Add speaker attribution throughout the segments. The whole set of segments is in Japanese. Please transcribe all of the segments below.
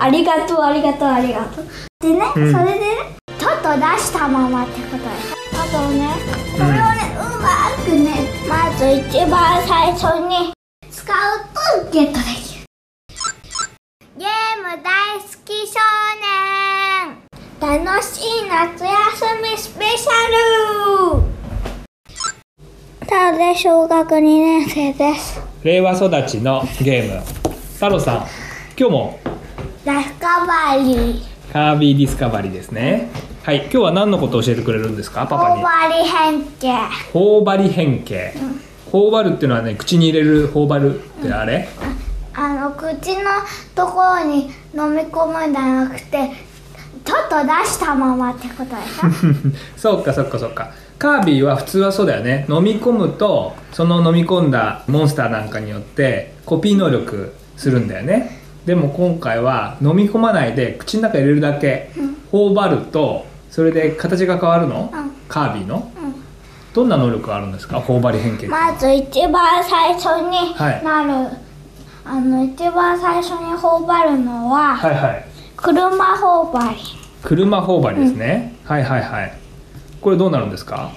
Speaker 1: ありがとうありがとうありがとうでね、
Speaker 2: うん
Speaker 1: それでねちょっと出したままってことよあとねこれをね、うまくねまず一番最初に使うとゲットできるゲーム大好き少年楽しい夏休みスペシャルただで小学2年生です
Speaker 2: 令和育ちのゲーム太郎さん今日も
Speaker 1: ラフカバリー
Speaker 2: カービィディスカバリーですねはい今日は何のことを教えてくれるんですかパパ
Speaker 1: 大
Speaker 2: に
Speaker 1: 張り変形
Speaker 2: 頬張り変形、頬張るっていうのはね口に入れる頬張るってあれ、
Speaker 1: あの口のところに飲み込むんじゃなくてちょっと出したままってことで し
Speaker 2: そうかそうかそうかカービィは普通はそうだよね飲み込むとその飲み込んだモンスターなんかによってコピー能力するんだよねでも今回は飲み込まないで口の中入れるだけ頬張るとそれで形が変わるの、
Speaker 1: うん
Speaker 2: カービィの、
Speaker 1: ん
Speaker 2: どんな能力があるんですか頬張り変形
Speaker 1: ょまず一番最初に
Speaker 2: はい
Speaker 1: なる、あの一番最初に頬張るのは、
Speaker 2: はいはい
Speaker 1: 車頬張り
Speaker 2: 車頬張りですね、はいはいはいこれどうなるんですか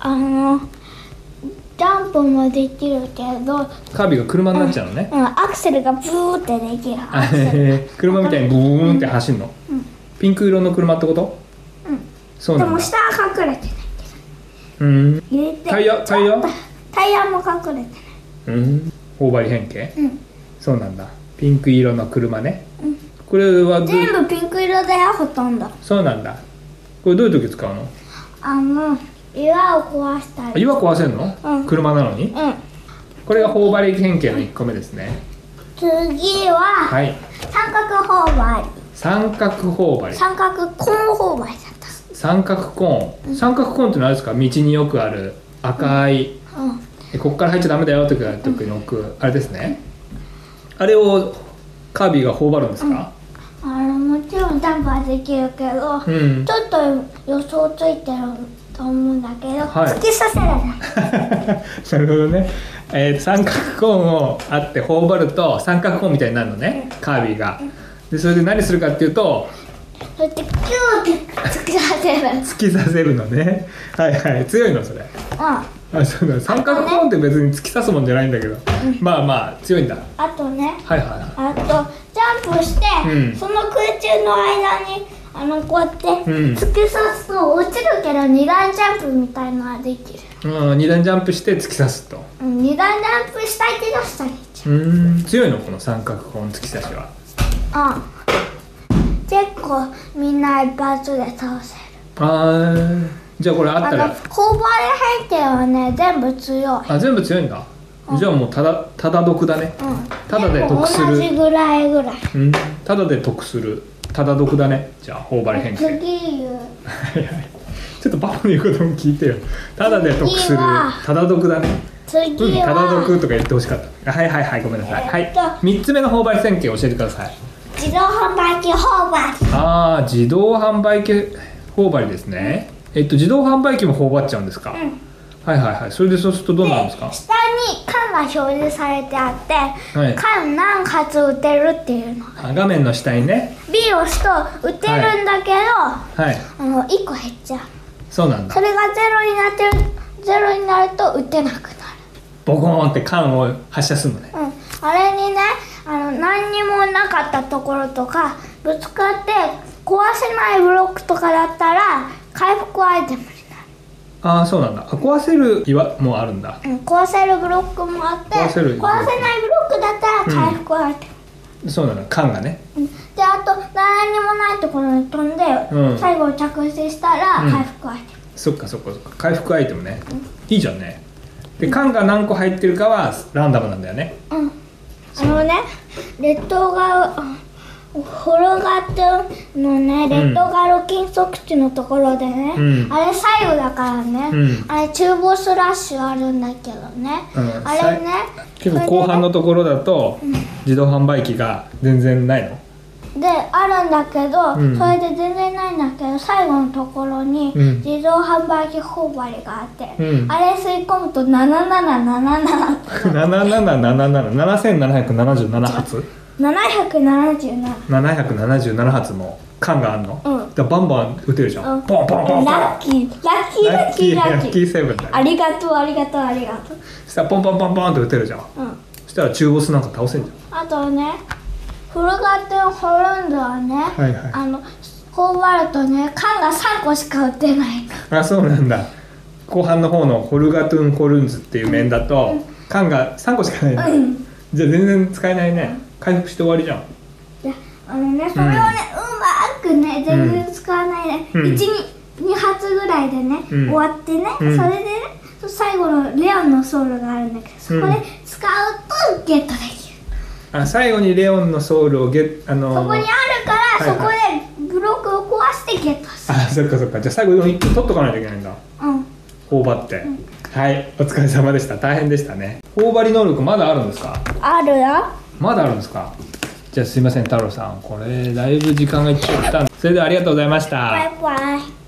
Speaker 1: あのジャンプもできるけど、
Speaker 2: カービィが車になっちゃうのね、
Speaker 1: うん、アクセルがブーってできるアクセル
Speaker 2: 車みたいにブーンって走るの、
Speaker 1: うん
Speaker 2: ピンク色の車ってこと
Speaker 1: うん
Speaker 2: そう
Speaker 1: で
Speaker 2: なん
Speaker 1: も
Speaker 2: だ
Speaker 1: 下は隠れてない
Speaker 2: うん
Speaker 1: 入れて
Speaker 2: タイヤタイヤ
Speaker 1: タイヤも隠れて
Speaker 2: うん頬張り変形
Speaker 1: ない、うん
Speaker 2: そうなんだピンク色の車ね、
Speaker 1: うん
Speaker 2: これはどう
Speaker 1: 全部ピンク色だよほとんど
Speaker 2: そうなんだこれどういう時使うの
Speaker 1: あの岩を壊した
Speaker 2: あ
Speaker 1: り
Speaker 2: 岩壊せるの、
Speaker 1: うん
Speaker 2: 車なのに
Speaker 1: うん
Speaker 2: これが頬張り変形の1個目ですね
Speaker 1: 次は
Speaker 2: はい
Speaker 1: 三角頬張
Speaker 2: 三角頬張
Speaker 1: り
Speaker 2: り
Speaker 1: 三角コーン頬張りだっ
Speaker 2: 三角コーン三角コーンって何ですか道によくある赤い、
Speaker 1: たうん
Speaker 2: えこっから入っちゃダメだよって時に置く、あれですねあれをカービィが頬張るんですか
Speaker 1: あのもちろんジャンプはできるけど、
Speaker 2: うん、
Speaker 1: ちょっと予想ついてると思うんだけど、
Speaker 2: はい
Speaker 1: 突き刺せられない
Speaker 2: なるほどね、えー三角コーンをあって頬張ると三角コーンみたいになるのねカービィがでそれで何するかっていうと
Speaker 1: そしてキューって突き刺せるうん
Speaker 2: 突き刺せるのねはいはい強いのそれ
Speaker 1: あ
Speaker 2: あそうだ三角コーンって別に突き刺すもんじゃないんだけど、まあまあ強いんだは
Speaker 1: とね
Speaker 2: いはいは
Speaker 1: あとジャンプして、
Speaker 2: うん
Speaker 1: その空中の間にあのこうやって
Speaker 2: ん
Speaker 1: 突き刺すと落ちるけど二段ジャンプみたいのはできる、
Speaker 2: い、うん、二段ジャンプして突き刺すと
Speaker 1: うん、二段ジャンプしたいけどしたりちゃう
Speaker 2: うん強いのこの三角コーン突き刺しは
Speaker 1: あ結構みんな一発で倒せる
Speaker 2: あーじゃあこれあ
Speaker 1: あ
Speaker 2: った
Speaker 1: の
Speaker 2: ら
Speaker 1: 勾配変形はね全部強い
Speaker 2: あ全部強いんだじゃあもうただただ毒だね
Speaker 1: うん
Speaker 2: ただで得する
Speaker 1: 全部同じぐらいぐらい
Speaker 2: うんただで得するただ毒だねじゃあ頬張り変形
Speaker 1: 次言う
Speaker 2: はいはいちょっとパパの言うことも聞いてよただで得す
Speaker 1: 次
Speaker 2: る
Speaker 1: は
Speaker 2: ただ毒だねう
Speaker 1: 次
Speaker 2: ん
Speaker 1: は、
Speaker 2: ただ毒とか言ってほしかったあはいはいはいごめんなさいは
Speaker 1: え
Speaker 2: い
Speaker 1: っと
Speaker 2: 3つ目の頬張り変形教えてください
Speaker 1: 自動販売機ホーバー
Speaker 2: あー自動販売機頬張りですねえっと自動販売機も頬張っちゃうんですか、
Speaker 1: ん
Speaker 2: はいはいはいそれでそうするとどうなるんですか
Speaker 1: 下に缶が表示されてあって、
Speaker 2: い
Speaker 1: 缶何発打てるっていうの
Speaker 2: あ画面の下にね
Speaker 1: B を押すと打てるんだけど、
Speaker 2: はい
Speaker 1: あの1個減っちゃう
Speaker 2: そうなんだ
Speaker 1: それがゼロになってるゼロになると打てなくな
Speaker 2: ボコーンって缶を発射するのね
Speaker 1: る、うん、あれにねあの何にもなかったところとかぶつかって壊せないブロックとかだったら回復アイテムに
Speaker 2: ああそうなんだあ壊せる岩もあるんだ
Speaker 1: なる、うん、壊せるブロックもあって
Speaker 2: 壊せる
Speaker 1: 壊せないブロックだったら回復アイテム、
Speaker 2: そうなんだ缶がね
Speaker 1: であと何にもないところに飛んで、
Speaker 2: うん
Speaker 1: 最後着地したら
Speaker 2: うん
Speaker 1: 回復アイテム
Speaker 2: そっかそっかそっか回復アイテムねいいじゃんねで缶が何個入ってるかはランダムなんだよね
Speaker 1: うん、あのね列島があ転がってるのね列島がロ金足地のところでね、
Speaker 2: うん
Speaker 1: あれ最後だからね、
Speaker 2: うん
Speaker 1: あれ中ボスラッシュあるんだけどね、
Speaker 2: うん
Speaker 1: あれね
Speaker 2: 結構後半のところだと自動販売機が全然ないの
Speaker 1: であるんだけど、
Speaker 2: うん
Speaker 1: それで全然ないんだけど最後のところに
Speaker 2: うん
Speaker 1: 自動販売機頬張りがあって、
Speaker 2: うん
Speaker 1: あれ吸い込むと7777
Speaker 2: 77777777発
Speaker 1: 777
Speaker 2: 777発も缶があんの、
Speaker 1: うん
Speaker 2: だからバンバン打てるじゃ
Speaker 1: う
Speaker 2: ん、
Speaker 1: ん
Speaker 2: ポンポンポンポン
Speaker 1: ラッキーラッキーラ
Speaker 2: ラ
Speaker 1: ッ
Speaker 2: ッ
Speaker 1: キー
Speaker 2: キー
Speaker 1: ラ
Speaker 2: ラ
Speaker 1: ッ
Speaker 2: ッ
Speaker 1: キ
Speaker 2: キ
Speaker 1: ー
Speaker 2: ーセブンだよ
Speaker 1: ありがとうありがとうありがとう
Speaker 2: そしたらポンポンポンポンって打てるじゃん
Speaker 1: うん
Speaker 2: そしたら中ボスなんか倒せんじ
Speaker 1: あとねフルガテンホルンドはね、
Speaker 2: はいはい
Speaker 1: あのこう割るとね缶が3個しか売ってないの
Speaker 2: ゃんあそうなんだ後半の方のホルガトゥン・コルンズっていう面だと缶が3個しかないの、
Speaker 1: うん
Speaker 2: じゃあ全然使えないね回復して終わりじゃん
Speaker 1: であのねそれをね、うまくね全然使わないで、
Speaker 2: うん
Speaker 1: 一12、2発ぐらいでね、
Speaker 2: うん
Speaker 1: 終わってね、
Speaker 2: うん
Speaker 1: それでねそ最後のレオンのソウルがあるんだけどそこ
Speaker 2: う
Speaker 1: で
Speaker 2: ん
Speaker 1: 使うとゲットできる、
Speaker 2: あ最後にレオンのソウルをゲッあの
Speaker 1: そこにあるから、
Speaker 2: はいは
Speaker 1: そこでブロックを壊してゲットする
Speaker 2: あそっかそっかじゃあ最後に1個取っとかないといけないんだ
Speaker 1: うん
Speaker 2: 頬張って、はいお疲れ様でした大変でしたね頬張り能力まだあるんですか
Speaker 1: あるよ
Speaker 2: まだあるんですかじゃあすいません太郎さんこれだいぶ時間がいっちゃったそれではありがとうございました
Speaker 1: バイバイ